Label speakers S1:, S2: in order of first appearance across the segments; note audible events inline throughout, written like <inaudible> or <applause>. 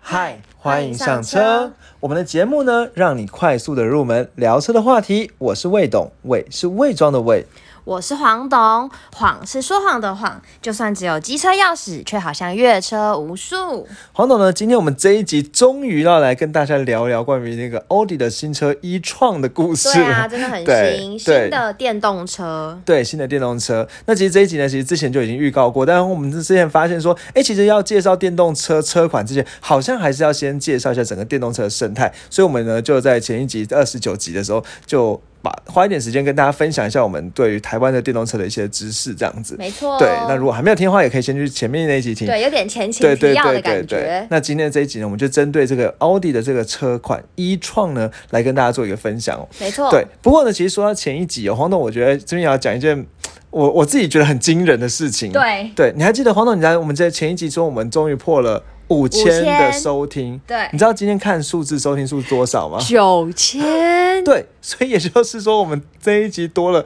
S1: 嗨，欢迎上车。我们的节目呢，让你快速的入门聊车的话题。我是魏董，魏是魏庄的魏。
S2: 我是黄董，谎是说谎的谎，就算只有机车钥匙，却好像阅车无数。
S1: 黄董呢，今天我们这一集终于要来跟大家聊聊关于那个奥迪的新车一创的故事。
S2: 对啊，真的很
S1: 对对
S2: 新，新的电动车。
S1: 对新的电动车。那其实这一集呢，其实之前就已经预告过，但是我们之前发现说，哎，其实要介绍电动车车款之前，好像还是要先介绍一下整个电动车的生态。所以，我们呢就在前一集二十九集的时候就。把花一点时间跟大家分享一下我们对于台湾的电动车的一些知识，这样子。
S2: 没错，
S1: 对，那如果还没有听的话，也可以先去前面那一集听。
S2: 对有点前情
S1: 对
S2: 提
S1: 对
S2: 要的
S1: 对对
S2: 感
S1: 对
S2: 觉。。
S1: 那今天的这一集呢，我们就针对这个奥迪的这个车款一创呢，来跟大家做一个分享哦。
S2: 没错，
S1: 对，不过呢，其实说到前一集哦，黄董，我觉得这边也要讲一件我我自己觉得很惊人的事情。，
S2: 对
S1: 对，你还记得黄董？你在我们在前一集说，我们终于破了五千的
S2: 5000
S1: 收听。
S2: 对
S1: 你知道今天看数字收听数多少吗？
S2: 九千，
S1: 对，所以也就是说，我们这一集多了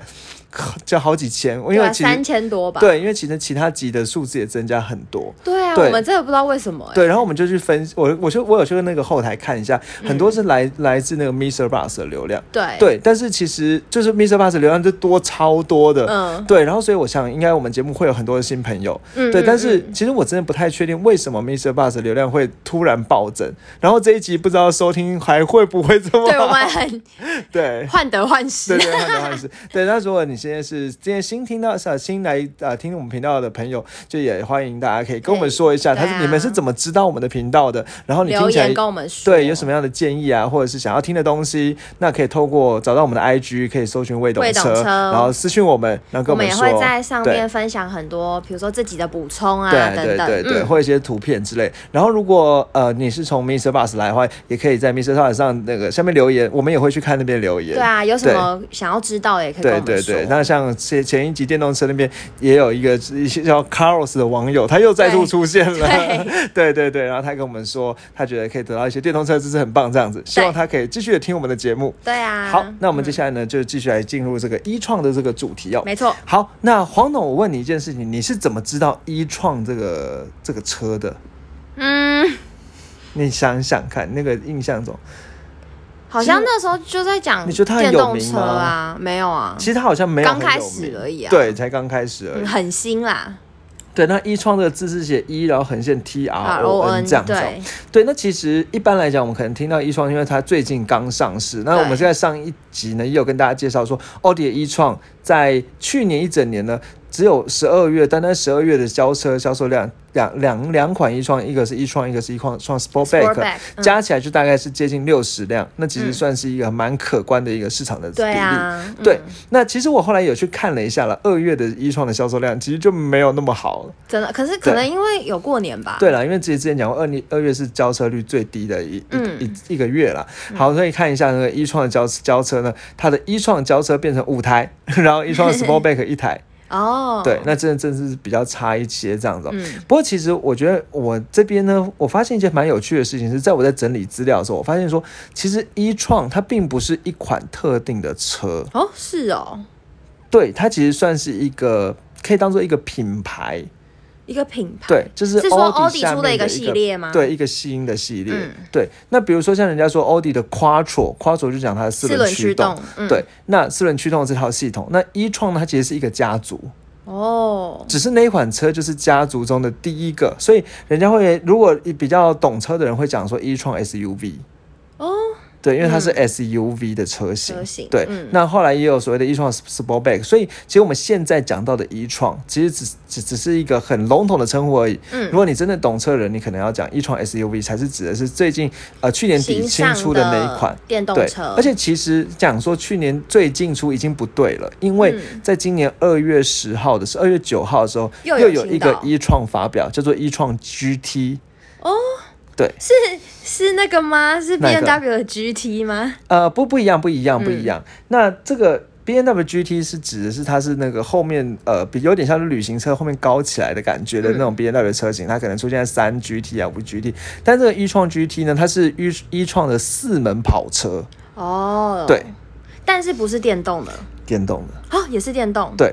S1: 就好几千，因为
S2: 对啊，
S1: 其实
S2: 三千多吧。
S1: 对，因为其实其他集的数字也增加很多。
S2: 对啊，
S1: 对
S2: 我们真的不知道为什么。哎，
S1: 对，然后我们就去分，我我就我有去那个后台看一下，
S2: 嗯
S1: 很多是来、来自那个 Mr. Bus 的流量。
S2: 对
S1: 对，但是其实就是 Mr. Bus 的流量就多超多的。
S2: 嗯
S1: 对，然后所以我想，应该我们节目会有很多的新朋友。
S2: 嗯
S1: 对，
S2: 嗯
S1: 但是其实我真的不太确定为什么 Mr. Bus 的流量会突然暴增，然后这一集不知道收听还会不会这么
S2: 对我
S1: 好。
S2: 们很
S1: 对。
S2: 患得患失
S1: <laughs> 对。对，换的换是，对。那如果你现在是今天新听到、是新来啊、呃、听我们频道的朋友，就也欢迎大家可以跟我们说一下，
S2: 对
S1: 他
S2: 啊
S1: 是、你们是怎么知道我们的频道的？然后你听
S2: 留
S1: 起来
S2: 言跟我们说，
S1: 对有什
S2: 么？
S1: 么样的建议啊，或者是想要听的东西，那可以透过找到我们的 IG，可以搜寻魏董
S2: 魏董车
S1: 然后私讯我们，然后跟
S2: 我们也
S1: 说。
S2: 会在上
S1: 对
S2: 面分享很多，比如说自己的补充啊
S1: 对
S2: 等
S1: 对
S2: 等。
S1: 对对，
S2: 嗯，
S1: 或一些图片之类。然后如果呃你是从 Mr. Bus 来的话，也可以在 Mr. Bus 上那个下面留言，我们也会去看那边留言。
S2: 对啊，有什么想要知道的也可以跟我
S1: 对
S2: 们
S1: 对
S2: 说。
S1: 对，那像前前一集电动车那边也有一个一些叫 Carlos 的网友，他又再度
S2: 对
S1: 出现了，<laughs>
S2: 对
S1: 对对对然后他跟我们说，他觉得可以得到一些电动车知识，很棒这样子，希望他可以继续的听我们的节目。
S2: 对啊。
S1: 好，那我们接下来呢，就继续来进入这个一创的这个主题哦。
S2: 没错，
S1: 好，那黄董，我问你一件事情，你是怎么知道一创这个这个车的？
S2: 嗯，
S1: 你想想看，那个印象中，
S2: 好像那时候就在讲
S1: 你觉得它很
S2: 电
S1: 有
S2: 动
S1: 名
S2: 车
S1: 吗
S2: 啊，没有啊，
S1: 其实他好像没有
S2: 刚
S1: 很
S2: 开
S1: 有
S2: 始
S1: 名
S2: 而已啊
S1: 对，才刚开始而已。
S2: 嗯很新啦
S1: 对，那一创这个字是写一，然后横线 T R O
S2: ，R O
S1: N
S2: N
S1: 这样子哦。
S2: 啊对
S1: 对，那其实一般来讲，我们可能听到一创，因为它最近刚上市。那我们
S2: 对
S1: 现在上一集呢，也有跟大家介绍说，奥迪的一创在去年一整年呢，只有十二月，单单十二月的交车销售量，两两两款一创，一个是一创，一个是一创创 Sportback。
S2: ，Sportback 嗯
S1: 加起来就大概是接近六十辆，那其实
S2: 嗯
S1: 算是一个蛮可观的一个市场的比例。
S2: 对啊，嗯
S1: 对，那其实我后来有去看了一下了，二月的一创的销售量其实就没有那么好了。
S2: 真的，可是可
S1: 对
S2: 能因为有过年吧，
S1: 对了，因为之前之前讲过，二年二月是交车率最低的一一、
S2: 嗯
S1: 一一个月了。好，所以看一下那个一创的交交车呢，它的一创交车变成五台， <laughs> 然后一创 Sportback 一台，
S2: <laughs> 哦，
S1: 对，那真的真的是比较差一些这样子哦、
S2: 嗯
S1: 不过其实我觉得我这边呢，我发现一件蛮有趣的事情是，在我在整理资料的时候，我发现说，其实一创它并不是一款特定的车，
S2: 哦是哦，
S1: 对，它其实算是一个可以当做一个品牌，
S2: 一个品牌，
S1: 对，就是
S2: 是说
S1: 奥
S2: 奥
S1: 迪
S2: 迪
S1: 下
S2: 出
S1: 面的
S2: 的一个系列吗
S1: 对，一个新的系列。
S2: 嗯
S1: 对，那比如说像人家说奥迪的 Quattro，Quattro 就讲它的四
S2: 四轮驱
S1: 驱动。
S2: 动，嗯
S1: 对，那四轮驱动这套系统，那一创呢，它其实是一个家族，
S2: 哦，
S1: 只是那一款车就是家族中的第一个，所以人家会如果比较懂车的人会讲说一创 SUV，
S2: 哦，
S1: 对，因为它是
S2: 嗯
S1: SUV 的车型。
S2: 车型
S1: 对，
S2: 嗯
S1: 那后来也有所谓的一创 Sportback，所以其实我们现在讲到的一创，其实只只只是一个很笼统的称呼而已。
S2: 嗯
S1: 如果你真的懂车的人，你可能要讲一创 SUV 才是指的是最近呃去年底
S2: 新
S1: 新
S2: 上
S1: 出的那一款。
S2: 电动
S1: 对
S2: 车，，
S1: 而且其实讲说去年最近出已经不对了，因为
S2: 嗯
S1: 在今年二月十号的是二月九号的时候，
S2: 又
S1: 又
S2: 有
S1: 有
S2: 新
S1: 一个
S2: 到
S1: 一创发表，叫做一创 GT。
S2: 是是那个吗？是
S1: 哪
S2: B
S1: 一
S2: N
S1: 个
S2: W 的 G T 吗？
S1: 呃，不不一样，不一样，不一
S2: 嗯
S1: 样。那这个 B N W G T 是指的是它是那个后面呃，比有点像是旅行车后面高起来的感觉的那
S2: 嗯
S1: 种 B N W 车型，它可能出现在三 G T 啊五 G T。但这个一创 G T 呢，它是一一创的四门跑车，
S2: 哦，
S1: 对，
S2: 但是不是电动的
S1: 电动的，
S2: 哦，也是电动，
S1: 对，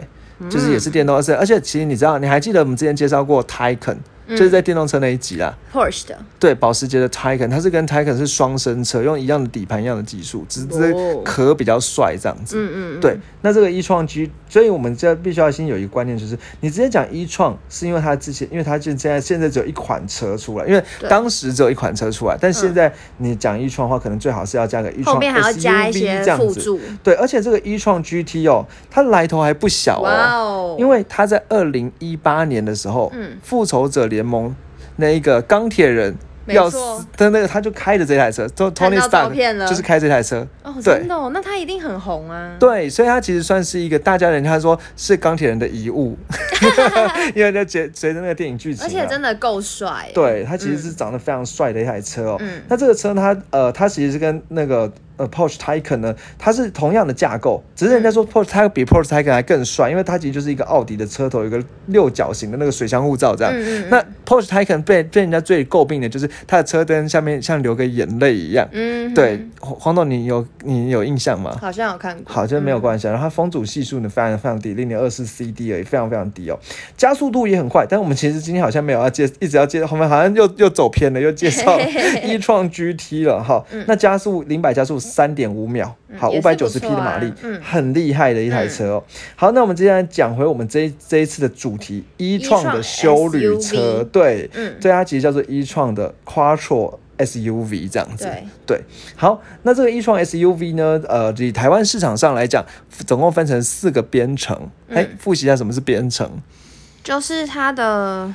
S1: 就是也是电动车。而且其实你知道，你还记得我们之前介绍过 Taycan，
S2: 嗯
S1: 就是在电动车那一集啦。
S2: Porsche 的，
S1: 对，保时捷的 Taycan，它是跟 Taycan 是双生车，用一样的底盘、一样的技术，只是
S2: 哦
S1: 壳比较帅这样子。
S2: 嗯嗯，
S1: 对，那这个一创 G，所以我们这必须要先有一个观念，就是你直接讲一创，是因为它之前，因为它现现在现在只有一款车出来，因为
S2: 对
S1: 当时只有一款车出来，但现在你讲一创的话，可能最好是要加个一创
S2: 后面还要加一
S1: SUV
S2: 些
S1: 这样
S2: 辅
S1: 子。
S2: 助，
S1: 对，而且这个一创 GT 哦，它来头还不小
S2: 哇
S1: 哦，
S2: 哦，
S1: 因为它在二零一八年的时候，
S2: 嗯
S1: 复仇者联盟那一个钢铁人。
S2: 没
S1: 要
S2: 错
S1: 死的那个，他就开着这台车，Tony
S2: 看
S1: Tony
S2: 到照片
S1: Stark
S2: 了
S1: 就是开这台车，
S2: 哦
S1: 对
S2: 真的哦，那他一定很红啊，
S1: 对，所以他其实算是一个大家人家说是钢铁人的遗物， <laughs> 因为那随随着那个电影剧情、啊，
S2: 而且真的够帅，，欸
S1: 对他其实是长得非常帅的一台车哦。
S2: 嗯
S1: 那这个车它呃，它其实是跟那个呃 Porsche Taycan 呢，它是同样的架构，只是人家
S2: 嗯
S1: 说 Porsche Taycan 比 Porsche Taycan 还更帅，因为它其实就是一个奥迪的车头，有一个六角形的那个水箱护罩这样。
S2: 嗯嗯嗯
S1: 那 Porsche Taycan 被被人家最诟病的就是它的车灯下面像流个眼泪一样。
S2: 嗯，
S1: 对，，黄黄董，你有你有印象吗？
S2: 好像有看过，
S1: 好，这没有关系啊。
S2: 嗯
S1: 然后它风阻系数呢非常非常低，零点二四 CD 而已，非常非常低哦。加速度也很快，但我们其实今天好像没有要介，一直要介绍，我们好像又又走偏了，又介
S2: <laughs>
S1: 绍一创 GT 了哈。那加速零百加速三点五秒，好，
S2: 嗯也
S1: 五
S2: 是
S1: 百
S2: 不
S1: 九十
S2: 错
S1: P 的马
S2: 啊
S1: 力，
S2: 嗯
S1: 很厉害的一台车哦。好，那我们接下来讲回我们这一这一次的主题，一创
S2: 创
S1: 的修旅
S2: SUV
S1: 车，对，
S2: 嗯
S1: 对，它其实叫做一创的 Quattro。SUV 这样子，
S2: 对
S1: 对，好，那这个一创 SUV 呢？呃，以台湾市场上来讲，总共分成四个编程。哎、
S2: 嗯
S1: 复习一下什么是编程。
S2: 就是它的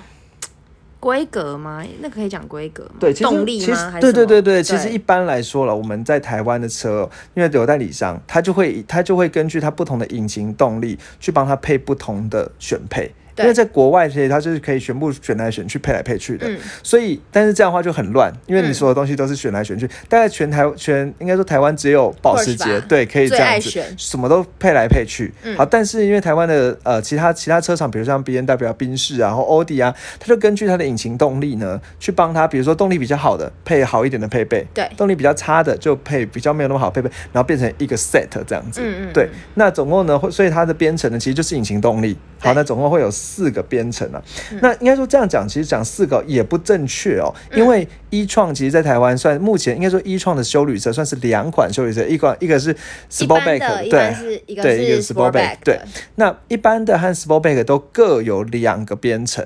S2: 嘖规格吗？那可以讲规格吗？
S1: 对，其实
S2: 动力
S1: 其实
S2: 吗？还是
S1: 对
S2: 什么
S1: 对对对，其实一般来说了，我们在台湾的车，因为有代理商，他就会他就会根据它不同的引擎动力去帮它配不同的选配。因
S2: 对
S1: 为在国外，其实它就是可以全部选来选去、配来配去的，
S2: 嗯
S1: 所以但是这样的话就很乱，因为你所有东西都是选来选去。大概全台全应该说台湾只有保时
S2: Porsche
S1: 捷
S2: 吧
S1: 对可以这
S2: 最
S1: 样
S2: 爱
S1: 子
S2: 选，
S1: 什么都配来配去。
S2: 嗯
S1: 好，但是因为台湾的呃其他其他车厂，比如像 B N W 啊、宾士啊、然后欧迪啊，它就根据它的引擎动力呢，去帮它，比如说动力比较好的配好一点的配备，
S2: 对
S1: 动力比较差的就配比较没有那么好配备，然后变成一个 set 这样子。
S2: 嗯嗯嗯
S1: 对，那总共呢会，所以它的编程呢其实就是引擎动力。好，
S2: 对嗯
S1: 那总共会有四个编程啊。那应该说这样讲，其实讲四个也不正确哦，因为一创其实在台湾算目前应该说一创的修旅车算是两款修旅车，一款一个是
S2: 一般
S1: Sportback，
S2: 的，一
S1: 对
S2: 般。是一个
S1: 对，一个
S2: 是 Sportback，
S1: Sportback，对
S2: 的，
S1: 那一般的和 Sportback 都各有两个编程，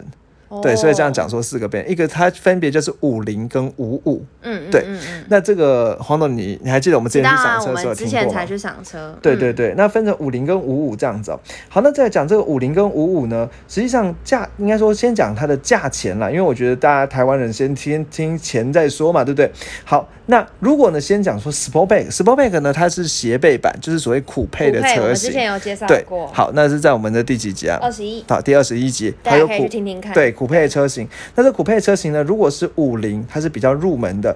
S1: 对，所以这样
S2: 哦，
S1: 讲说四个变，一个它分别就是五零跟五五。
S2: 嗯，嗯
S1: 对
S2: 嗯嗯，
S1: 那这个黄总，你你还记得我们之前去
S2: 当然
S1: 赏车
S2: 我
S1: 的时候有
S2: 们之
S1: 听
S2: 前
S1: 过
S2: 才
S1: 吗？
S2: 去赏车，
S1: 对
S2: 嗯
S1: 对对，那分成五零跟五五这样子哦、好，那再讲这个五零跟五五呢，实际上价应该说先讲它的价钱啦，因为我觉得大家台湾人先听听钱再说嘛，对不对？好，那如果呢先讲说 Sportback，Sportback 呢它是斜背版，就是所谓酷配的
S2: 酷配我
S1: 车
S2: 们之前
S1: 型。
S2: 有介绍
S1: 对
S2: 过，，
S1: 好，那是在我们的第几集啊？
S2: 二十一，
S1: 好，第二十一集，
S2: 大
S1: 还
S2: 家
S1: 有
S2: 可以去
S1: 酷
S2: 听听看，
S1: 对，酷配的车型。那这酷配的车型呢，如果是五零，它是比较入门的。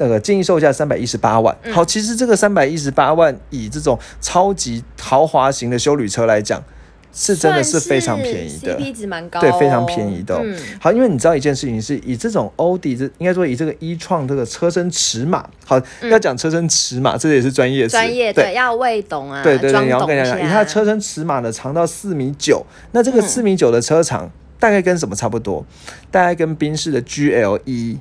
S1: 那个建议售价三百一十八万，
S2: 嗯
S1: 好，其实这个三百一十八万以这种超级豪华型的修旅车来讲，是真的是
S2: 算是
S1: 非常便宜的，
S2: ，CP 值蛮高哦，
S1: 对，非常便宜的哦、
S2: 嗯
S1: 好，因为你知道一件事情，是以这种欧迪这应该说以这个一创这个车身尺码，好，要讲车身尺码，这个也是专业词，
S2: 嗯专业
S1: 对，
S2: 对，要未懂啊，
S1: 对对对，
S2: 装
S1: 你要
S2: 懂
S1: 跟人家
S2: 一
S1: 讲，以
S2: 下嗯
S1: 它的车身尺码呢长到四米九，那这个四米九的车长大概跟什么差不多？大概跟宾士的 GLE，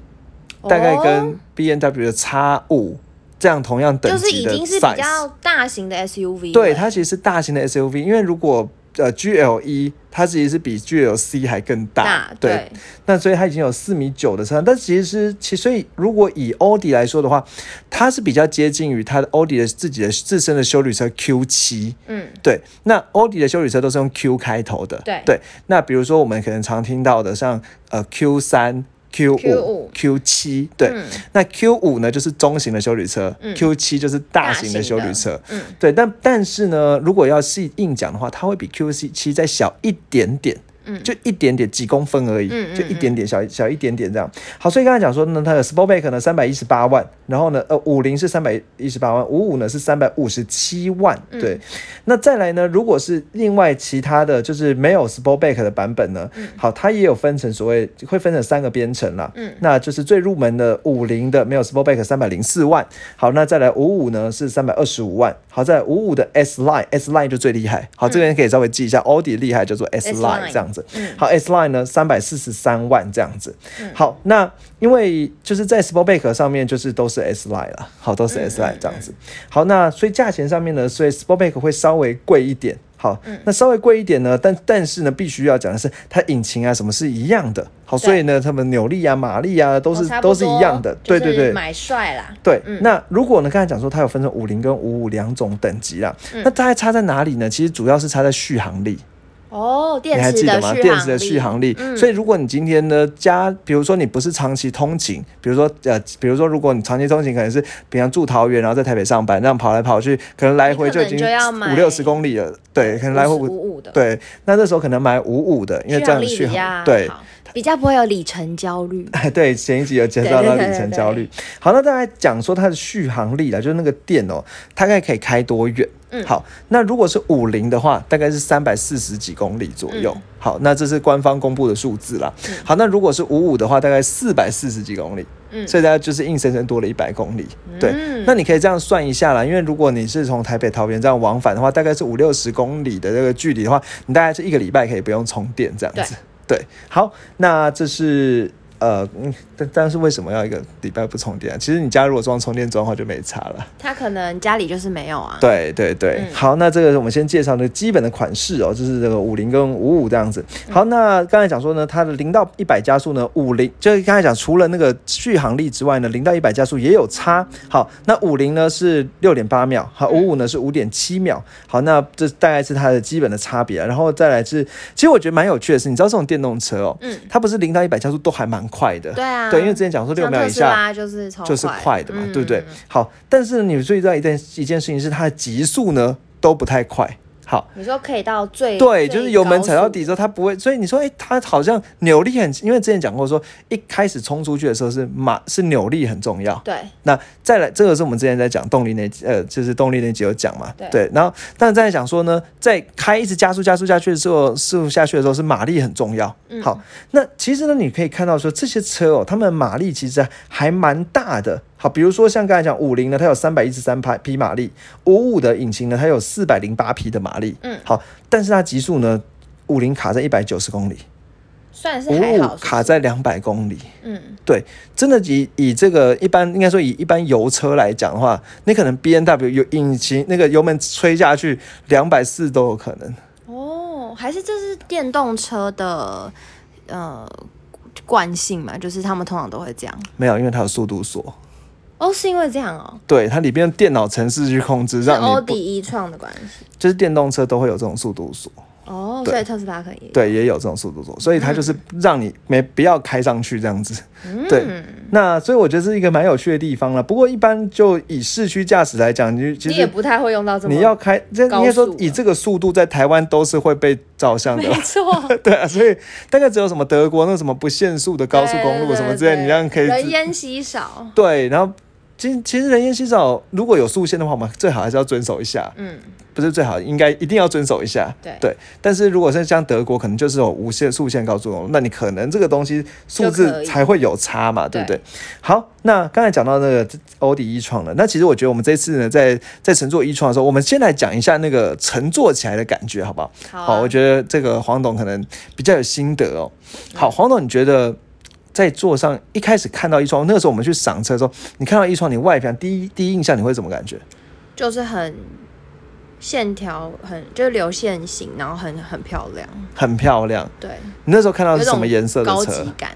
S1: 大概
S2: 哦
S1: 跟 B N W 的 X 五这样同样等
S2: 就是
S1: 级
S2: 已
S1: 的
S2: 经是
S1: size
S2: 比。较大型的 SUV，
S1: 对，
S2: 了
S1: 它其实是大型的 SUV，因为如果呃 GLE 它其实是比 GLC 还更大，
S2: 大
S1: 对，
S2: 对，
S1: 那所以它已经有四米九的车长，但其实其所以如果以欧迪来说的话，它是比较接近于它的欧迪的自己的自身的修旅车 Q 七，
S2: 嗯，
S1: 对，那欧迪的修理车都是用 Q 开头的。
S2: 对
S1: 那比如说我们可能常听到的像，呃 Q 三、Q 五
S2: 5、
S1: Q 七，对。
S2: 嗯
S1: 那 Q 五呢就是中型的修理车、
S2: 嗯
S1: q 七就是大型的
S2: 大
S1: 修
S2: 型的
S1: 理车。
S2: 嗯，
S1: 对，但但是呢，如果要细硬讲的话，它会比 Q 七再小一点点。
S2: 嗯
S1: 就一点点几公分而已，
S2: 嗯嗯
S1: 就一点点小小一点点这样。好，所以刚才讲说呢，它的 Sportback 呢三百一十八万，然后呢，呃，五零是三百一十八万，五五呢是三百五十七万，
S2: 嗯
S1: 对。那再来呢，如果是另外其他的就是没有 Sportback 的版本呢，
S2: 嗯
S1: 好，它也有分成所谓会分成三个编程啦，
S2: 嗯
S1: 那就是最入门的五零的没有 Sportback 三百零四万，好，那再来五五呢是三百二十五万，好，在五五的 S Line S Line 就最厉害，好，这个人可以稍微记一下，奥迪厉害叫做 S
S2: S
S1: Line
S2: Line
S1: 这样子。子。
S2: 嗯
S1: 好，S Line 呢三百四十三万这样子。好，那因为就是在 Sportback 上面就是都是 S Line 啦，好，都
S2: 嗯
S1: 是 S Line 这样子。好，那所以价钱上面呢，所以 Sportback 会稍微贵一点。好，
S2: 嗯
S1: 那稍微贵一点呢，但但是呢，必须要讲的是，它引擎啊什么是一样的。好，所以呢，他们扭力啊、马力啊都是
S2: 哦差不
S1: 都是
S2: 多
S1: 一样的。
S2: 就
S1: 对
S2: 是
S1: 对对，
S2: 买嗯帅啦，
S1: 对，那如果呢，刚才讲说它有分成五零跟五五两种等级啦，
S2: 嗯
S1: 那大概差在哪里呢？其实主要是差在续航力，
S2: 哦，
S1: 你
S2: 电
S1: 还
S2: 池
S1: 记
S2: 的
S1: 得吗？
S2: 续航力，嗯
S1: 电池的续航力。所以如果你今天呢加，比如说你不是长期通勤，比如说呃，比如说如果你长期通勤，可能是平常住桃园，然后在台北上班，那样跑来跑去，可能来回已经
S2: 你可能就要买
S1: 五六十公里了，对，可能来回五。
S2: 五五的，，
S1: 对，那这时候可能买五五的，因为这样的续
S2: 续
S1: 航
S2: 航力比较
S1: 对，
S2: 好，比较不会有里程焦
S1: <laughs>
S2: 虑。
S1: 哎，对，前一集有介绍到里程焦虑。好，那大家讲说它的续航力啦，就是那个电哦，大概可以开多远？嗯，好，那如果是五零的话，大概是三百四十几公里左右。好，那这是官方公布的数字啦。好，那如果是五五的话，大概四百四十几公里。
S2: 嗯
S1: 所以大家就是硬生生多了一百公里。对，那你可以这样算一下啦，因为如果你是从台北桃园这样往返的话，大概是五六十公里的这个距离的话，你大概是一个礼拜可以不用充电这样子。对，好，那这是呃，嗯，但但是为什么要一个礼拜不充电、啊？其实你家如果装充电桩的话就没差了。
S2: 他可能家里就是没有啊，
S1: 对对对，
S2: 嗯
S1: 好，那这个是我们先介绍的基本的款式哦，就是这个五零跟五五这样子。好，那刚才讲说呢，它的零到一百加速呢，五零就是刚才讲除了那个续航力之外呢，零到一百加速也有差。好，那五零呢是六点八秒，
S2: 嗯
S1: 好，五五呢是五点七秒。好，那这大概是它的基本的差别啊、然后再来是，其实我觉得蛮有趣的是，你知道这种电动车哦，
S2: 嗯
S1: 它不是零到一百加速都还蛮快的，
S2: 对啊，
S1: 因为之前讲说六
S2: 像
S1: 秒
S2: 特
S1: 以
S2: 斯
S1: 下。
S2: 拉就是超
S1: 就是快的嘛，对不对
S2: 嗯？
S1: 好，但是你注意到一件一件事情是它的极速呢都不太快。好，
S2: 你说可以到最
S1: 对，就是油门踩到，
S2: 最高
S1: 底之后，它不会，所以你说，哎、它好像扭力很，因为之前讲过说，一开始冲出去的时候是马是扭力很重要
S2: 速，对，
S1: 那再来，这个是我们之前在讲动力那集呃，就是动力那集有讲嘛，
S2: 对
S1: 然后，但是再来讲说呢，在开一直加速、加速下去的时候，速下去的时候是马力很重要。
S2: 嗯
S1: 好，那其实呢，你可以看到说这些车哦，它们马力其实还蛮大的。好，比如说像刚才讲五零呢，它有三百一十三匹马力；五五的引擎呢，它有四百零八匹的马力。
S2: 嗯，
S1: 好，但是它极速呢，五零卡在一百九十公里，
S2: 算是
S1: 五
S2: 还
S1: 五
S2: 好，
S1: 哦卡在两百公里。
S2: 嗯，
S1: 对，真的以以这个一般应该说以一般油车来讲的话，你可能 B N W 有引擎那个油门吹下去两百四都有可能。
S2: 哦，还是这是电动车的呃惯性嘛，就是他们通常都会这样。
S1: 没有，因为它有速度锁，
S2: 哦，是因为这样哦，
S1: 对，它里边电脑程式去控制，
S2: 是
S1: 让
S2: 欧
S1: 你不
S2: 迪一创的关系。
S1: 就是电动车都会有这种速度锁，
S2: 哦，
S1: 对
S2: 所以特斯拉可以。
S1: 对，也有这种速度
S2: <laughs>
S1: 锁，所以它就是让你没不要开上去这样子。
S2: 嗯
S1: 对，那所以我觉得是一个蛮有趣的地方了。不过一般就以市区驾驶来讲，你就其
S2: 你也
S1: 实
S2: 不太会用到这么。
S1: 你要开，这应该说
S2: 高速
S1: 以
S2: 了
S1: 这个速度在台湾都是会被照相的
S2: <laughs> 没。错，
S1: <laughs> 对啊，所以大概只有什么德国那什么不限速的高速公路
S2: 对
S1: 什么之类，
S2: 对
S1: 你这样可以
S2: 人
S1: 自
S2: 烟稀少。
S1: 对，然后。其实其实人烟稀少，如果有速限的话，我们最好还是要遵守一下，
S2: 嗯，
S1: 不是最好，应该一定要遵守一下。
S2: 对
S1: 但是如果是像德国，可能就是有无限速限高速公路，那你可能这个东西数
S2: 就可
S1: 字
S2: 以
S1: 才会有差嘛，对不对
S2: 对？
S1: 好，那刚才讲到那个欧迪一创了，那其实我觉得我们这次呢，在在乘坐一创的时候，我们先来讲一下那个乘坐起来的感觉，好不好？
S2: 好啊
S1: 好，我觉得这个黄董可能比较有心得哦。
S2: 嗯
S1: 好，黄董，你觉得在座上一开始看到一窗，那个时候我们去赏车的时候，你看到一窗，你外表第一第一印象你会怎么感觉？
S2: 就是很线条很就是流线型，然后很很漂亮。
S1: 很漂亮。
S2: 对，
S1: 你那时候看到
S2: 有
S1: 是
S2: 种
S1: 什么颜色
S2: 高
S1: 的
S2: 级
S1: 车？
S2: 感，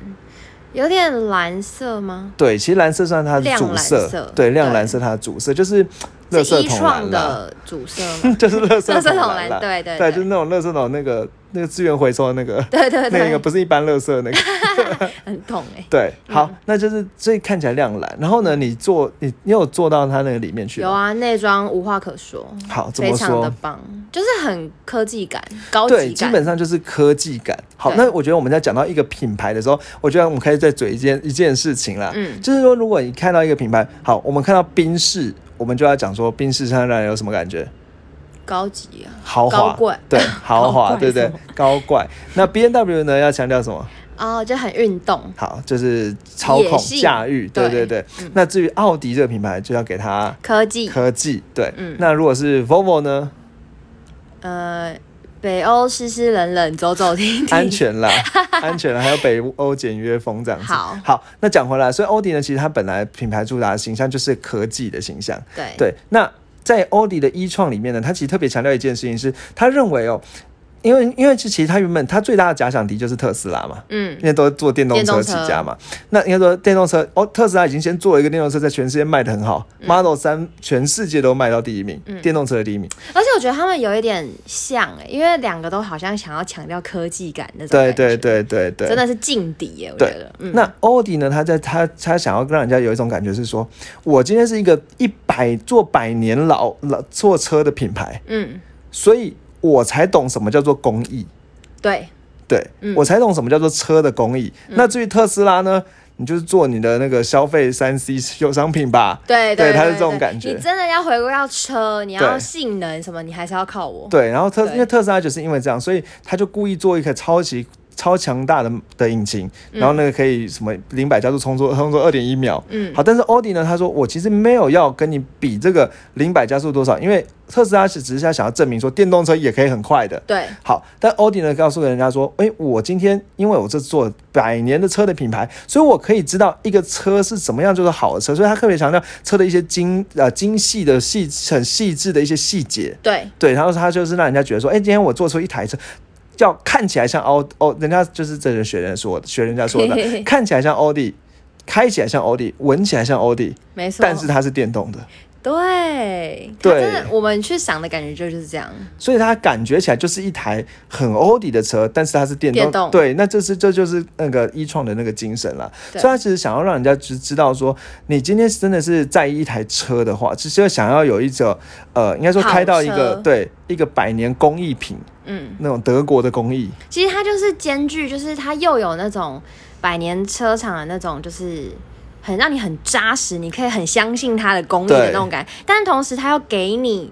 S2: 有点蓝色吗？
S1: 对，其实蓝色算它的
S2: 亮
S1: 主
S2: 蓝
S1: 色，
S2: 色
S1: 对，亮
S2: 对
S1: 蓝色它的主色就是垃
S2: 是
S1: 圾
S2: 一
S1: 桶
S2: 创
S1: 蓝啊啦，？
S2: 的主色
S1: <laughs>
S2: 吗 <laughs>
S1: 就是垃圾
S2: 垃圾桶
S1: 蓝
S2: 蓝
S1: 啦，
S2: 对
S1: 对，
S2: 对对
S1: 就是那种垃圾桶那个那个资源回收的那个。
S2: 对 <laughs> 对
S1: 那个
S2: 对，
S1: 不是一般垃圾那
S2: <laughs>
S1: 个，
S2: 很懂哎、
S1: 对，好，那就是所以看起来亮蓝。然后呢，你坐你你有坐到它那个里面去吗？
S2: 有啊，内装无话可说，
S1: 好，哦怎
S2: 非
S1: 么
S2: 常的
S1: 说？
S2: 棒，就是很科技感、高级
S1: 对，
S2: 感。
S1: 基本上就是科技感。好，
S2: 对
S1: 那我觉得我们在讲到一个品牌的时候，我觉得我们可以再嘴一件一件事情啦，
S2: 嗯
S1: 就是说，如果你看到一个品牌，好，我们看到宾士，我们就要讲说宾士它让人有什么感觉？
S2: 高级啊，
S1: 豪华
S2: 高贵， <laughs>
S1: 对，豪华，
S2: 高贵
S1: 对不对
S2: 什么？
S1: 高贵。那 B N W 呢，要强调什么？
S2: 哦，就很运动，
S1: 好，就是操控
S2: 野性
S1: 驾驭，对对
S2: 对嗯
S1: 对。那至于奥迪这个品牌，就要给它
S2: 科技，
S1: 科技，对。
S2: 嗯
S1: 那如果是 Volvo 呢？
S2: 呃，北欧湿湿冷冷，走走停停，
S1: 安全
S2: <laughs>
S1: 啦，安全啦，还有北欧简约风这样子。
S2: 好
S1: 那讲回来，所以欧迪呢，其实它本来品牌主打的形象就是科技的形象。
S2: 对
S1: 对，那在欧迪的一创里面呢，他其实特别强调一件事情是，他认为哦，因为因为其实他原本他最大的假想敌就是特斯拉嘛。
S2: 嗯
S1: 因为都是做电动
S2: 电
S1: 车
S2: 动
S1: 起
S2: 车
S1: 家嘛，那应该说电动车哦，特斯拉已经先做了一个电动车，在全世界卖的很好、m
S2: 嗯
S1: o d e l 三全世界都卖到第一名，电动车的第一名。
S2: 而且我觉得他们有一点像、欸，因为两个都好像想要强调科技感那种
S1: 对
S2: 感
S1: 对
S2: 觉，
S1: 对对对，
S2: 真的是劲敌耶，我觉
S1: 对
S2: 得，嗯，
S1: 那欧迪呢？他在他他想要让人家有一种感觉是说，我今天是一个一百做百年老老做车的品牌，
S2: 嗯，
S1: 所以我才懂什么叫做工艺，
S2: 对，
S1: 对、
S2: 嗯
S1: 我才懂什么叫做车的工艺。那至于特斯拉呢，你就是做你的那个消费三 C 有商品吧。
S2: 对
S1: 对
S2: 对，
S1: 他是这
S2: 对
S1: 种
S2: 对
S1: 感觉
S2: 你真的要回归到车，你要
S1: 对
S2: 性能什么，你还是要靠我。
S1: 对，然后特
S2: 对
S1: 因为特斯拉就是因为这样，所以他就故意做一个超级。超强大的的引擎，然后那个可以什么零百加速冲出冲出二点一秒，
S2: 嗯，
S1: 好，但是奥迪呢，他说我其实没有要跟你比这个零百加速多少，因为特斯拉是只是他想要证明说电动车也可以很快的。
S2: 对，
S1: 好，但奥迪呢告诉人家说，诶，我今天因为我这做百年的车的品牌，所以我可以知道一个车是怎么样就是好的车，所以他特别强调车的一些精呃精细的细很细致的一些细节。
S2: 对，，
S1: 对，然后他就是让人家觉得说，诶，哎今天我做出一台车。要看起来像奥奥，人家就是这人学人说的，学人家说的看起来像奥迪，开起来像奥迪，闻起来像奥迪，
S2: 没错。
S1: 但是它是电动的，
S2: 对，它
S1: 对
S2: 真的，我们去想的感觉就是这样。
S1: 所以它感觉起来就是一台很欧迪的车，但是它是电动。
S2: 电动
S1: 对，那这是这就是那个一创的那个精神了。所
S2: 对
S1: 以他其实想要让人家知知道说，你今天真的是在意一台车的话，只是想要有一种呃，应该说
S2: 好
S1: 开到一个
S2: 车
S1: 对一个百年工艺品
S2: 嗯，
S1: 那种德国的工艺。
S2: 其实它就是兼具，就是它又有那种百年车厂的那种，就是很让你很扎实，你可以很相信它的工艺的
S1: 对
S2: 那种感觉，但同时它又给你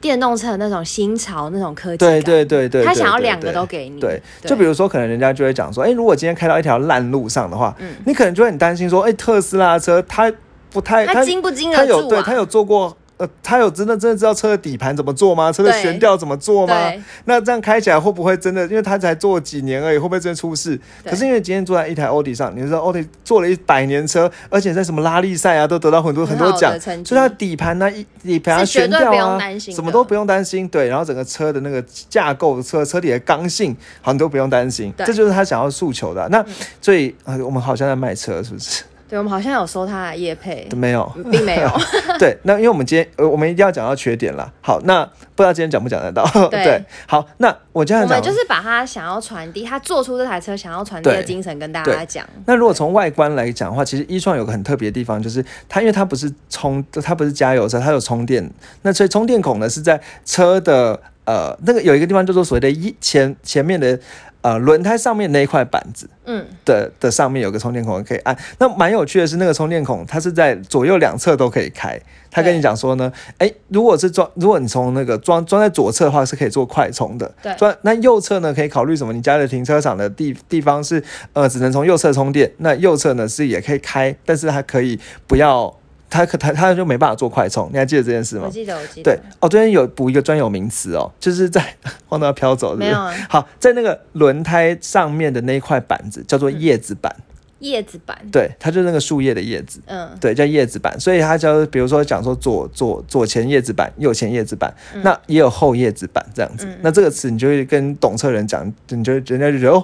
S2: 电动车的那种新潮那种科技
S1: 对
S2: 感。
S1: 对对对，
S2: 他
S1: 对
S2: 想要
S1: 对
S2: 两个
S1: 对
S2: 都给你。
S1: 对，就比如说，可能人家就会讲说，哎、如果今天开到一条烂路上的话，
S2: 嗯
S1: 你可能就会很担心说，哎、特斯拉的车它不太，
S2: 它经不经
S1: 哎它
S2: 得
S1: 有
S2: 住
S1: 对
S2: 啊？
S1: 它有做过，呃，它有真的真的知道车的底盘怎么做吗？车的
S2: 对
S1: 悬吊怎么做吗
S2: 对？
S1: 那这样开起来会不会真的？因为它才做几年而已，会不会真的出事？
S2: 对
S1: 可是因为今天坐在一台欧迪上，你知道欧迪做了一百年车，而且在什么拉力赛啊都得到很多
S2: 很
S1: 多
S2: 好的
S1: 奖，
S2: 成绩
S1: 所以它的底盘呢、一底盘啊、
S2: 是绝
S1: 悬
S2: 对
S1: 吊
S2: 不用
S1: 啊
S2: 担，心
S1: 什么
S2: 的
S1: 都不用担心。对，然后整个车的那个架构、车车体的刚性，好像都不用担心。
S2: 对嗯
S1: 这就是他想要诉求的啊、那所以、呃我们好像在卖车，是不是？ <laughs>
S2: 对，我们好像有收他的叶配，
S1: 没有。
S2: 并没有。
S1: 对，那因为我们今天呃，我们一定要讲到缺点啦。好，那不知道今天讲不讲得到？ <laughs>
S2: 对
S1: 好， <laughs> 那我这样
S2: 我
S1: 讲
S2: 们，就是把他想要传递，他做出这台车想要传递的
S1: 对
S2: 精神跟大
S1: 对
S2: 家讲。
S1: 那如果从外观来讲的话，其实一创有个很特别的地方，就是它因为它不是充，它不是加油车，它有充电。那所以充电孔呢是在车的呃那个有一个地方叫做所谓的一前前面的呃轮胎上面那一块板子。
S2: 嗯，
S1: 的的上面有个充电孔可以按。那蛮有趣的是，那个充电孔它是在左右两侧都可以开。他跟你讲说呢，诶，如果是装，如果你从那个装装在左侧的话，是可以做快充的。
S2: 对
S1: 装那右侧呢，可以考虑什么？你家的停车场的地地方是呃，只能从右侧充电。那右侧呢是也可以开，但是它可以不要，它可它它就没办法做快充。你还记得这件事吗
S2: 我？记得，我记得。
S1: 对，哦，昨天有补一个专有名词哦，就是在 <laughs> 忘到飘走是不是
S2: 没有啊
S1: 好，在那个轮胎上面的那一块板子叫做
S2: 嗯
S1: 叶子板，
S2: 叶子版，
S1: 对，它就是那个树叶的叶子，
S2: 嗯，
S1: 对，叫叶子板。所以它叫，比如说讲说左左左前叶子板，右前叶子板，
S2: 嗯
S1: 那也有后叶子板这样子。那这个词你就会跟懂车人讲，你就人家就觉得哦，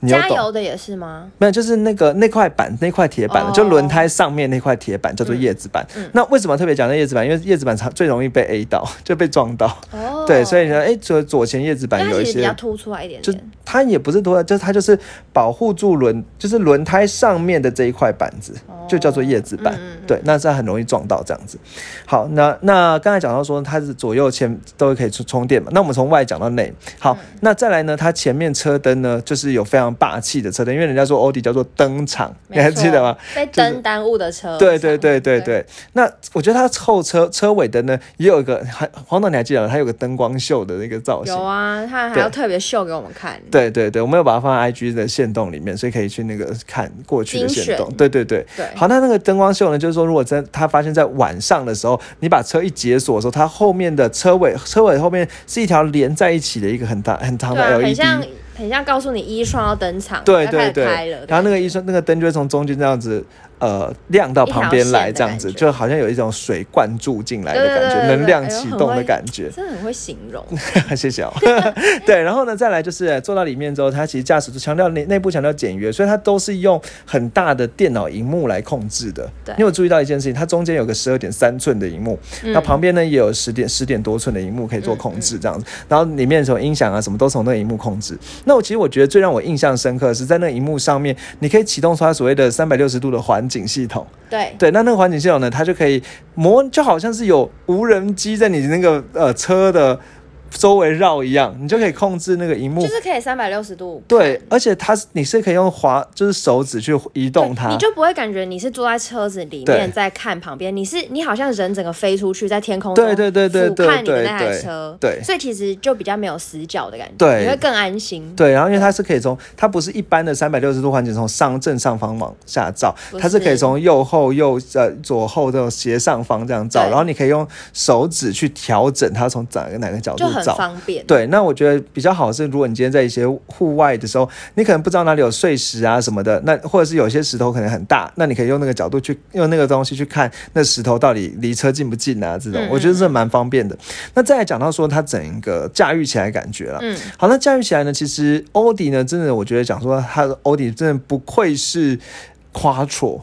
S1: 你又
S2: 加
S1: 懂。
S2: 油的也是吗？
S1: 没有，就是那个那块板，那块铁板，
S2: 哦嗯
S1: 就轮胎上面那块铁板叫做叶子板。那为什么特别讲那叶子板？因为叶子板常最容易被 A 到， <laughs> 就被撞到。
S2: 哦，
S1: 对，所以呢，哎、左左前叶子板
S2: 因为
S1: 有
S2: 它
S1: 一
S2: 其实比较
S1: 些，
S2: 突出来一点
S1: 就
S2: 点。
S1: 它也不是多，就是它就是保护住轮，就是轮胎上面的这一块板子，就叫做叶子板。
S2: 哦嗯
S1: 对，那这样很容易撞到这样子。好，那那刚才讲到说它是左右前都可以充充电嘛，那我们从外讲到内。好，
S2: 嗯
S1: 那再来呢，它前面车灯呢，就是有非常霸气的车灯，因为人家说欧迪叫做灯厂，你还
S2: 没错
S1: 记得吗？
S2: 被
S1: 就是
S2: 灯耽误的车上，
S1: 对对对对对，那我觉得它后车车尾灯呢，也有一个，还黄导你还记得吗？它有个灯光秀的那个造型
S2: 有。啊，他还
S1: 对
S2: 要特别秀给我们看。
S1: 对对对，我们有把它放在 IG 的线动里面，所以可以去那个看过去的
S2: 精
S1: 线动。
S2: 选
S1: 对对对。
S2: 对，
S1: 好，那那个灯光秀呢？就是说，如果真他发现在晚上的时候，你把车一解锁的时候，它后面的车尾车尾后面是一条连在一起的一个很大很长
S2: 对啊，
S1: 的
S2: 很
S1: LED，、
S2: 像很像告诉你一双要登场，
S1: 对
S2: 要开
S1: 对
S2: 始
S1: 对
S2: 开了，，
S1: 然后那个医生那个灯就会从中间这样子呃亮到旁边来，
S2: 一条线的
S1: 这样子
S2: 感觉
S1: 就好像有一种水灌注进来的
S2: 对对
S1: 感觉，
S2: 对对对
S1: 能量
S2: 哎呦
S1: 启
S2: 很
S1: 动的
S2: 会
S1: 感觉。
S2: 真的很会形容。
S1: <laughs> 谢谢哦。对，然后呢，再来就是坐到里面之后，它其实驾驶座强调内内部强调简约，所以它都是用很大的电脑荧幕来控制的。
S2: 对
S1: 你有注意到一件事情，它中间有个十二点三寸的荧幕，那旁边呢也有十点十点多寸的荧幕可以做控制这样子，然后里面什么音响啊什么都从那个荧幕控制。那我其实我觉得最让我印象深刻的是在那个荧幕上面，你可以启动出它所谓的三百六十度的环景系统。 <laughs>
S2: 对，
S1: 对，那那个环景系统呢，它就可以模，就好像是有无人机在你那个呃车的周围绕一样，你就可以控制那个荧幕。
S2: 就是可以三百六十度看
S1: 对，而且它是你是可以用滑，就是手指去移动它。
S2: 你就不会感觉你是坐在车子里
S1: 对
S2: 面在看旁边，你是你好像人整个飞出去在天空中，
S1: 对对对对对
S2: 俯瞰你的
S1: 对
S2: 那台
S1: 对
S2: 车，
S1: 对
S2: 所以其实就比较没有死角的感觉，
S1: 对
S2: 你会更安心。
S1: 对，然后因为它是可以从它不是一般的三百六十度环景，从上正上方往下照，
S2: 不
S1: 它是可以
S2: 是
S1: 从右后右呃左后这种斜上方这样照，
S2: 对
S1: 然后你可以用手指去调整它从哪个哪个角度
S2: 就很
S1: 照。
S2: 方便。
S1: 对，那我觉得比较好是，如果你今天在一些户外的时候，你可能不知道哪里有碎石啊什么的，那或者是有些石头可能很大，那你可以用那个角度去用那个东西去看那石头到底离车近不近啊，这种
S2: 嗯
S1: 我觉得这蛮方便的。那再来讲到说它整个驾驭起来的感觉了，
S2: 嗯，
S1: 好，那驾驭起来呢，其实欧迪呢，真的我觉得讲说它的欧迪真的不愧是。夸戳，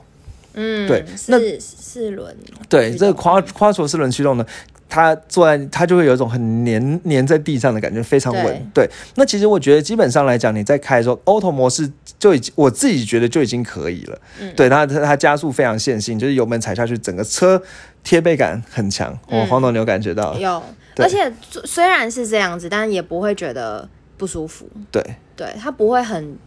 S2: 嗯，
S1: 对那
S2: 四四轮，
S1: 对
S2: 驱
S1: 这个
S2: 动
S1: 夸夸戳四轮驱动呢，它坐在它就会有一种很粘粘在地上的感觉，非常稳。对，那其实我觉得基本上来讲，你在开的时候，auto 模式就已经我自己觉得就已经可以了。
S2: 嗯
S1: 对，它它它加速非常线性，就是油门踩下去，整个车贴背感很强。我、
S2: 嗯
S1: 黄总你有感觉到？
S2: 有，
S1: 啊对
S2: 而且虽虽然是这样子，但也不会觉得不舒服，
S1: 对
S2: 对，它不会很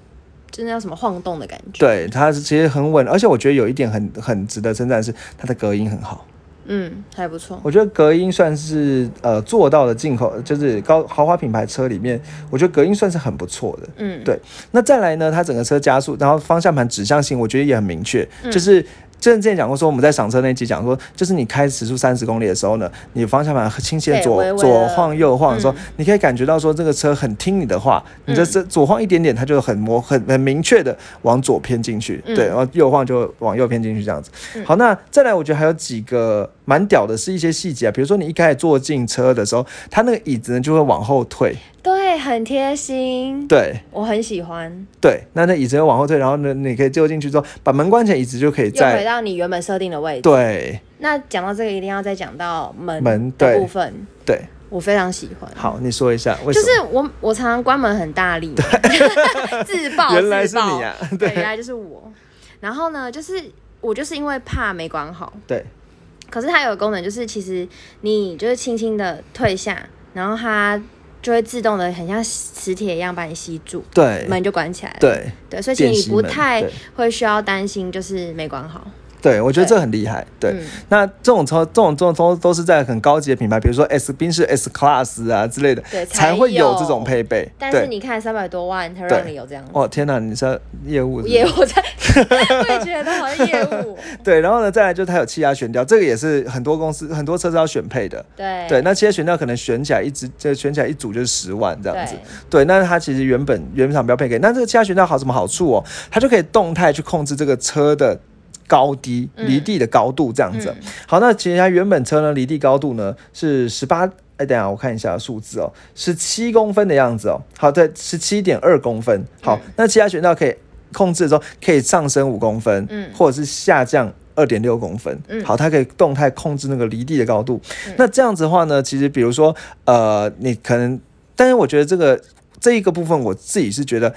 S2: 真的叫什么晃动的感觉。，
S1: 对，它是其实很稳，而且我觉得有一点很很值得称赞是它的隔音很好。
S2: 嗯，还不错。
S1: 我觉得隔音算是呃做到了进口，就是高豪华品牌车里面，我觉得隔音算是很不错的。
S2: 嗯，
S1: 对那再来呢，它整个车加速，然后方向盘指向性，我觉得也很明确，
S2: 嗯
S1: 就是。之前之前讲过说，我们在赏车那集讲说，就是你开时速三十公里的时候呢，你方向盘轻轻地
S2: 对
S1: 左
S2: 微微地嗯
S1: 左晃右晃的时候，你可以感觉到说这个车很听你的话，你这这左晃一点点，它就很模很很明确的往左偏进去，
S2: 嗯
S1: 对，然后右晃就往右偏进去这样子。好，那再来，我觉得还有几个蛮屌的是一些细节啊，比如说你一开始坐进车的时候，它那个椅子呢就会往后退，
S2: 对，很贴心，
S1: 对，
S2: 我很喜欢。
S1: 对，那那椅子会往后退，然后呢，你可以就进去之后，把门关起来，椅子就可以
S2: 又回
S1: 在
S2: 到你原本设定的位置。
S1: 对
S2: 那讲到这个，一定要再讲到门
S1: 门对
S2: 的部分，
S1: 对。
S2: 我非常喜欢。
S1: 好，你说一下为什么？
S2: 就是我我常常关门很大力嘛， <laughs> 自爆，
S1: <laughs> 原来是
S2: 自爆
S1: 你啊 <laughs>
S2: 对，原来就是我。然后呢，就是我就是因为怕没关好，
S1: 对
S2: 可是它有个功能，就是其实你就是轻轻的退下，然后它就会自动的很像磁铁一样把你吸住，
S1: 对
S2: 门就关起来了。
S1: 对
S2: 对，所以其实
S1: 电
S2: 你
S1: 吸
S2: 不
S1: 门
S2: 太
S1: 对
S2: 会需要担心，就是没关好。
S1: 对，我觉得
S2: 对
S1: 这很厉害。对，
S2: 嗯
S1: 那这种车、这种、这种都都是在很高级的品牌，比如说 S 宾士 S Class 啊之类的，
S2: 对才
S1: 才会有这种
S2: 有
S1: 配备。
S2: 但是
S1: 对，
S2: 你看三百多万，它
S1: 对
S2: 让你有这样。
S1: 哦天哪，你是业务是不是
S2: 业务
S1: <laughs>
S2: 在，我也觉得好像业务。
S1: 对，然后呢，再来就是它有气压悬吊，这个也是很多公司、很多车是要选配的。
S2: 对
S1: 对，那气压悬吊可能选起来一只，就选起来一组就是十万这样子对，
S2: 对。
S1: 那它其实原本原厂标配给，那这个气压悬吊好什么好处哦？它就可以动态去控制这个车的。高低
S2: 嗯
S1: 离地的高度这样子，好，那其实它原本车呢离地高度呢是十八，哎，等一下我看一下数字哦，十七公分的样子哦，好，对，十七点二公分，好，
S2: 嗯
S1: 那气压悬吊可以控制的时候可以上升五公分，
S2: 嗯
S1: 或者是下降。二点六公分，
S2: 嗯
S1: 好，它可以动态控制那个离地的高度。那这样子的话呢，其实比如说，呃，你可能，但是我觉得这个这一个部分，我自己是觉得，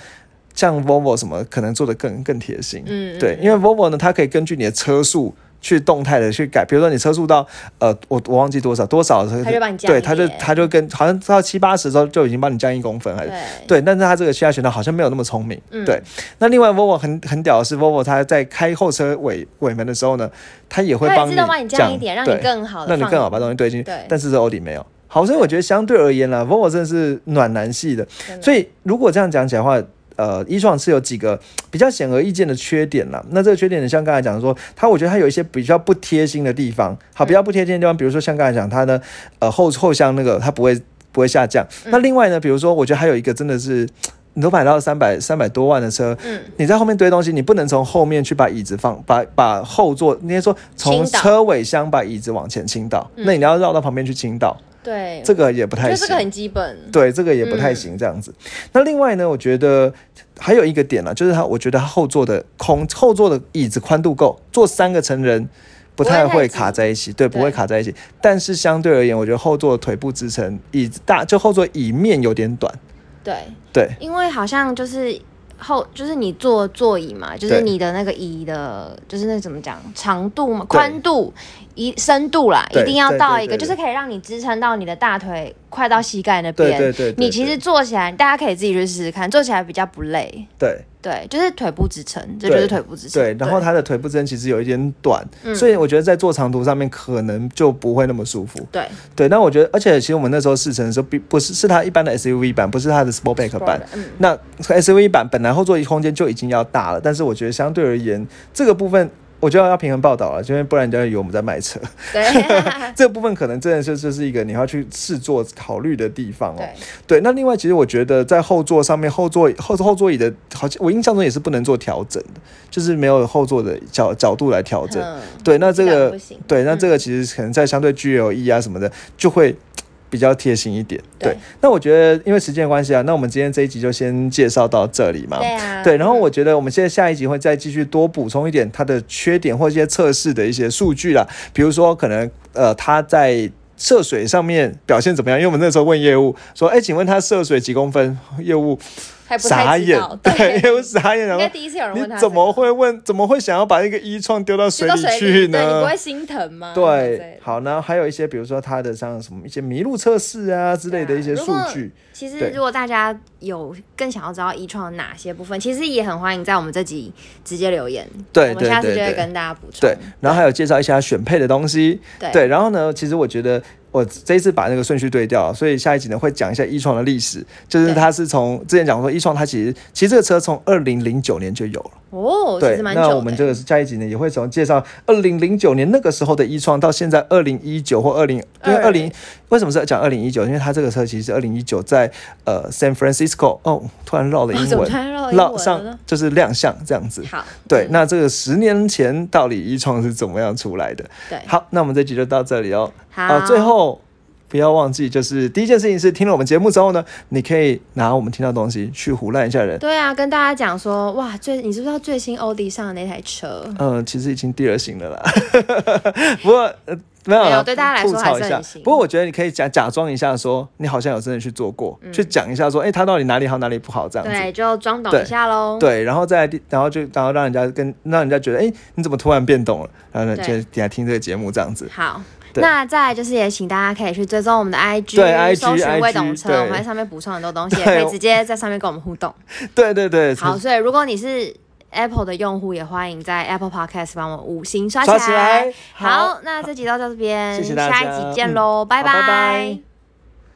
S1: 像 Volvo 什么可能做的更更贴心，
S2: 嗯嗯
S1: 对，因为 Volvo 呢，它可以根据你的车速去动态的去改，比如说你车速到呃，我我忘记多少多少，
S2: 它就帮你降
S1: 对，
S2: 一
S1: 它就
S2: 点
S1: 它就跟好像到七八十的时候就已经帮你降一公分还是
S2: 嗯对
S1: 对，但是它这个气压悬吊好像没有那么聪明。
S2: 嗯
S1: 对，那另外 Volvo 很很屌的是，Volvo 它在开后车尾尾门的时候呢，它也会
S2: 它
S1: 帮你
S2: 也自动帮你降一点，让你
S1: 对
S2: 更好的，
S1: 让你更好把东西。堆进去。
S2: 对
S1: 但是这 Audi 没有。好，所以我觉得相对而言啦，Volvo 真的是暖男系的。所以如果这样讲起来的话，呃，一创是有几个比较显而易见的缺点啦。那这个缺点呢，像刚才讲说，它我觉得它有一些比较不贴心的地方。好，比较不贴心的地方，比如说像刚才讲它呢，呃后后箱那个它不会不会下降。
S2: 嗯
S1: 那另外呢，比如说我觉得还有一个真的是。你都买到三百三百多万的车，
S2: 嗯，
S1: 你在后面堆东西，你不能从后面去把椅子放，把把后座，应该说从
S2: 倾倒嗯
S1: 车尾箱把椅子往前倾倒，那你要绕到旁边去倾倒，
S2: 对，
S1: 这个也不
S2: 我觉
S1: 太
S2: 得这个
S1: 行。
S2: 很基本，
S1: 对，这个也不太
S2: 嗯
S1: 行，这样子。那另外呢，我觉得还有一个点呢、啊就是它，我觉得它后座的空，后座的椅子宽度够，坐三个成人不太
S2: 不会
S1: 会
S2: 太挤
S1: 卡在一起，对，不
S2: 对
S1: 会卡在一起。但是相对而言，我觉得后座的腿部支撑，椅子大，就后座椅面有点短，
S2: 对，
S1: 对。
S2: 因为好像就是后就是你坐座椅嘛，就是
S1: 对
S2: 你的那个椅的，就是那怎么讲，长度嘛、
S1: 对
S2: 宽度、一深度啦，
S1: 对
S2: 一定要到
S1: 对对
S2: 一个，
S1: 对
S2: 就是可以让你支撑到你的大腿快到膝盖那
S1: 对
S2: 边。
S1: 对对对
S2: 你其实坐起来，大家可以自己去试试看，坐起来比较不累。
S1: 对
S2: 对，就是腿部支撑，这
S1: 对
S2: 就是腿部支撑。
S1: 对，然后它的腿部支撑其实有一点短，
S2: 嗯
S1: 所以我觉得在做长途上面可能就不会那么舒服。
S2: 对，
S1: 对，那我觉得，而且其实我们那时候试乘的时候，并不是是它一般的 SUV 版，不是它的 Sportback 版。
S2: 嗯，
S1: <laughs> 那 SUV 版本来后座空间就已经要大了，但是我觉得相对而言，这个部分我就要要平衡报道了，因为不然人家以为我们在卖
S2: <laughs>
S1: 车。 <laughs>
S2: 对
S1: 这个部分可能真的是就是一个你要去试做考虑的地方哦。
S2: 对，
S1: 对，那另外其实我觉得在后座上面，后座后后座椅的，好像我印象中也是不能做调整的，就是没有后座的角角度来
S2: <laughs>
S1: 调整。
S2: 嗯，
S1: 对，哦那这
S2: 这样
S1: 个
S2: 不行
S1: 对，那
S2: 嗯
S1: 这个其实可能在相对 GLE 啊什么的，就会比较贴心一点。对
S2: 对，
S1: 那我觉得因为时间的关系啊，那我们今天这一集就先介绍到这里嘛。
S2: 对啊，
S1: 对，然后
S2: 嗯
S1: 我觉得我们现在下一集会再继续多补充一点它的缺点或一些测试的一些数据啦，比如说可能呃它在。涉水上面表现怎么样？因为我们那时候问业务说：“哎、请问它涉水几公分？”业务
S2: 还不
S1: 傻
S2: 太知
S1: 眼
S2: 道，，
S1: <laughs> 对，
S2: 对，
S1: 业务傻眼，然
S2: 应
S1: 后
S2: 该第一次有人
S1: 你
S2: 问他
S1: 怎么
S2: 这个
S1: 会问？怎么会想要把一个一创丢到水
S2: 丢到
S1: 里
S2: 水
S1: 去呢？
S2: 对你不会心疼吗？之类
S1: 对
S2: 的，
S1: 好，然后还有一些，比如说它的像什么一些麋鹿测试啊之类的一些
S2: 对啊
S1: 数
S2: 如果
S1: 据，
S2: 其实，
S1: 对
S2: 如果大家有更想要知道一创哪些部分，其实也很欢迎在我们这集直接留言。
S1: 对
S2: 我们
S1: 对
S2: 下次
S1: 对
S2: 就会
S1: 对
S2: 跟大家补充。
S1: 对，然后还有介绍一下选配的东西，
S2: 对
S1: 然后呢，其实我觉得我这一次把那个顺序对调，所以下一集呢会讲一下一 E 创的历史，就是
S2: 对
S1: 它是从之前讲说一，E 创它其实其实这个车从二零零九年就有了，
S2: 哦，其
S1: 对，
S2: 实蛮久的。
S1: 那我们这个下一集呢也会从介绍二零零九年那个时候的一 E 创到现在二零一九或二零，因为二
S2: 二
S1: 零为什么是讲二零一九？因为它这个车其实是二零一九在呃 San Francisco 哦，突然绕了
S2: 哦
S1: 英
S2: 怎么
S1: 文
S2: 突。然绕英文
S1: 绕
S2: 了
S1: 上
S2: 呢
S1: 就是亮相这样子，
S2: 好，
S1: 对，
S2: 嗯
S1: 那这个十年前到底一创是怎么样出来的？
S2: 对，
S1: 好，那我们这集就到这里哦。
S2: 好
S1: 哦最后不要忘记，就是第一件事情是听了我们节目之后呢，你可以拿我们听到的东西去胡乱一下人。
S2: 对啊，跟大家讲说，哇，最你知不知道最新欧迪上的那台车？
S1: 嗯，其实已经第二型了啦， <laughs> 不过。呃没有
S2: 没
S1: 啦，
S2: 有对大家来
S1: 吐
S2: 说
S1: 槽
S2: 还
S1: 一
S2: 是
S1: 下
S2: 很新。
S1: 不过我觉得你可以假假装一下说你好像有真的去做过，去讲一下说，哎、它到底哪里好，哪里不好这样子。
S2: 嗯对，就装懂
S1: 对
S2: 一下喽。
S1: 对，然后再来第，然后就然后让人家跟让人家觉得，哎，你怎么突然变懂了？然后呢，就
S2: 对
S1: 你来听这个节目这样子。
S2: 好，
S1: 对
S2: 那再来就是也请大家可以去追踪我们的 IG，
S1: 对，IG
S2: 搜寻未懂车，
S1: 对
S2: 我们在上面补充很多东西，也
S1: 对
S2: 可以直接在上面跟我们互动。
S1: 对对对， <laughs>
S2: 好，所以如果你是 Apple 的用户，也欢迎在 Apple Podcast 帮我们五星刷
S1: 刷起来好
S2: 好，那这集到这边，
S1: 谢谢大家嗯
S2: 下一集见喽，
S1: 好拜拜
S2: 拜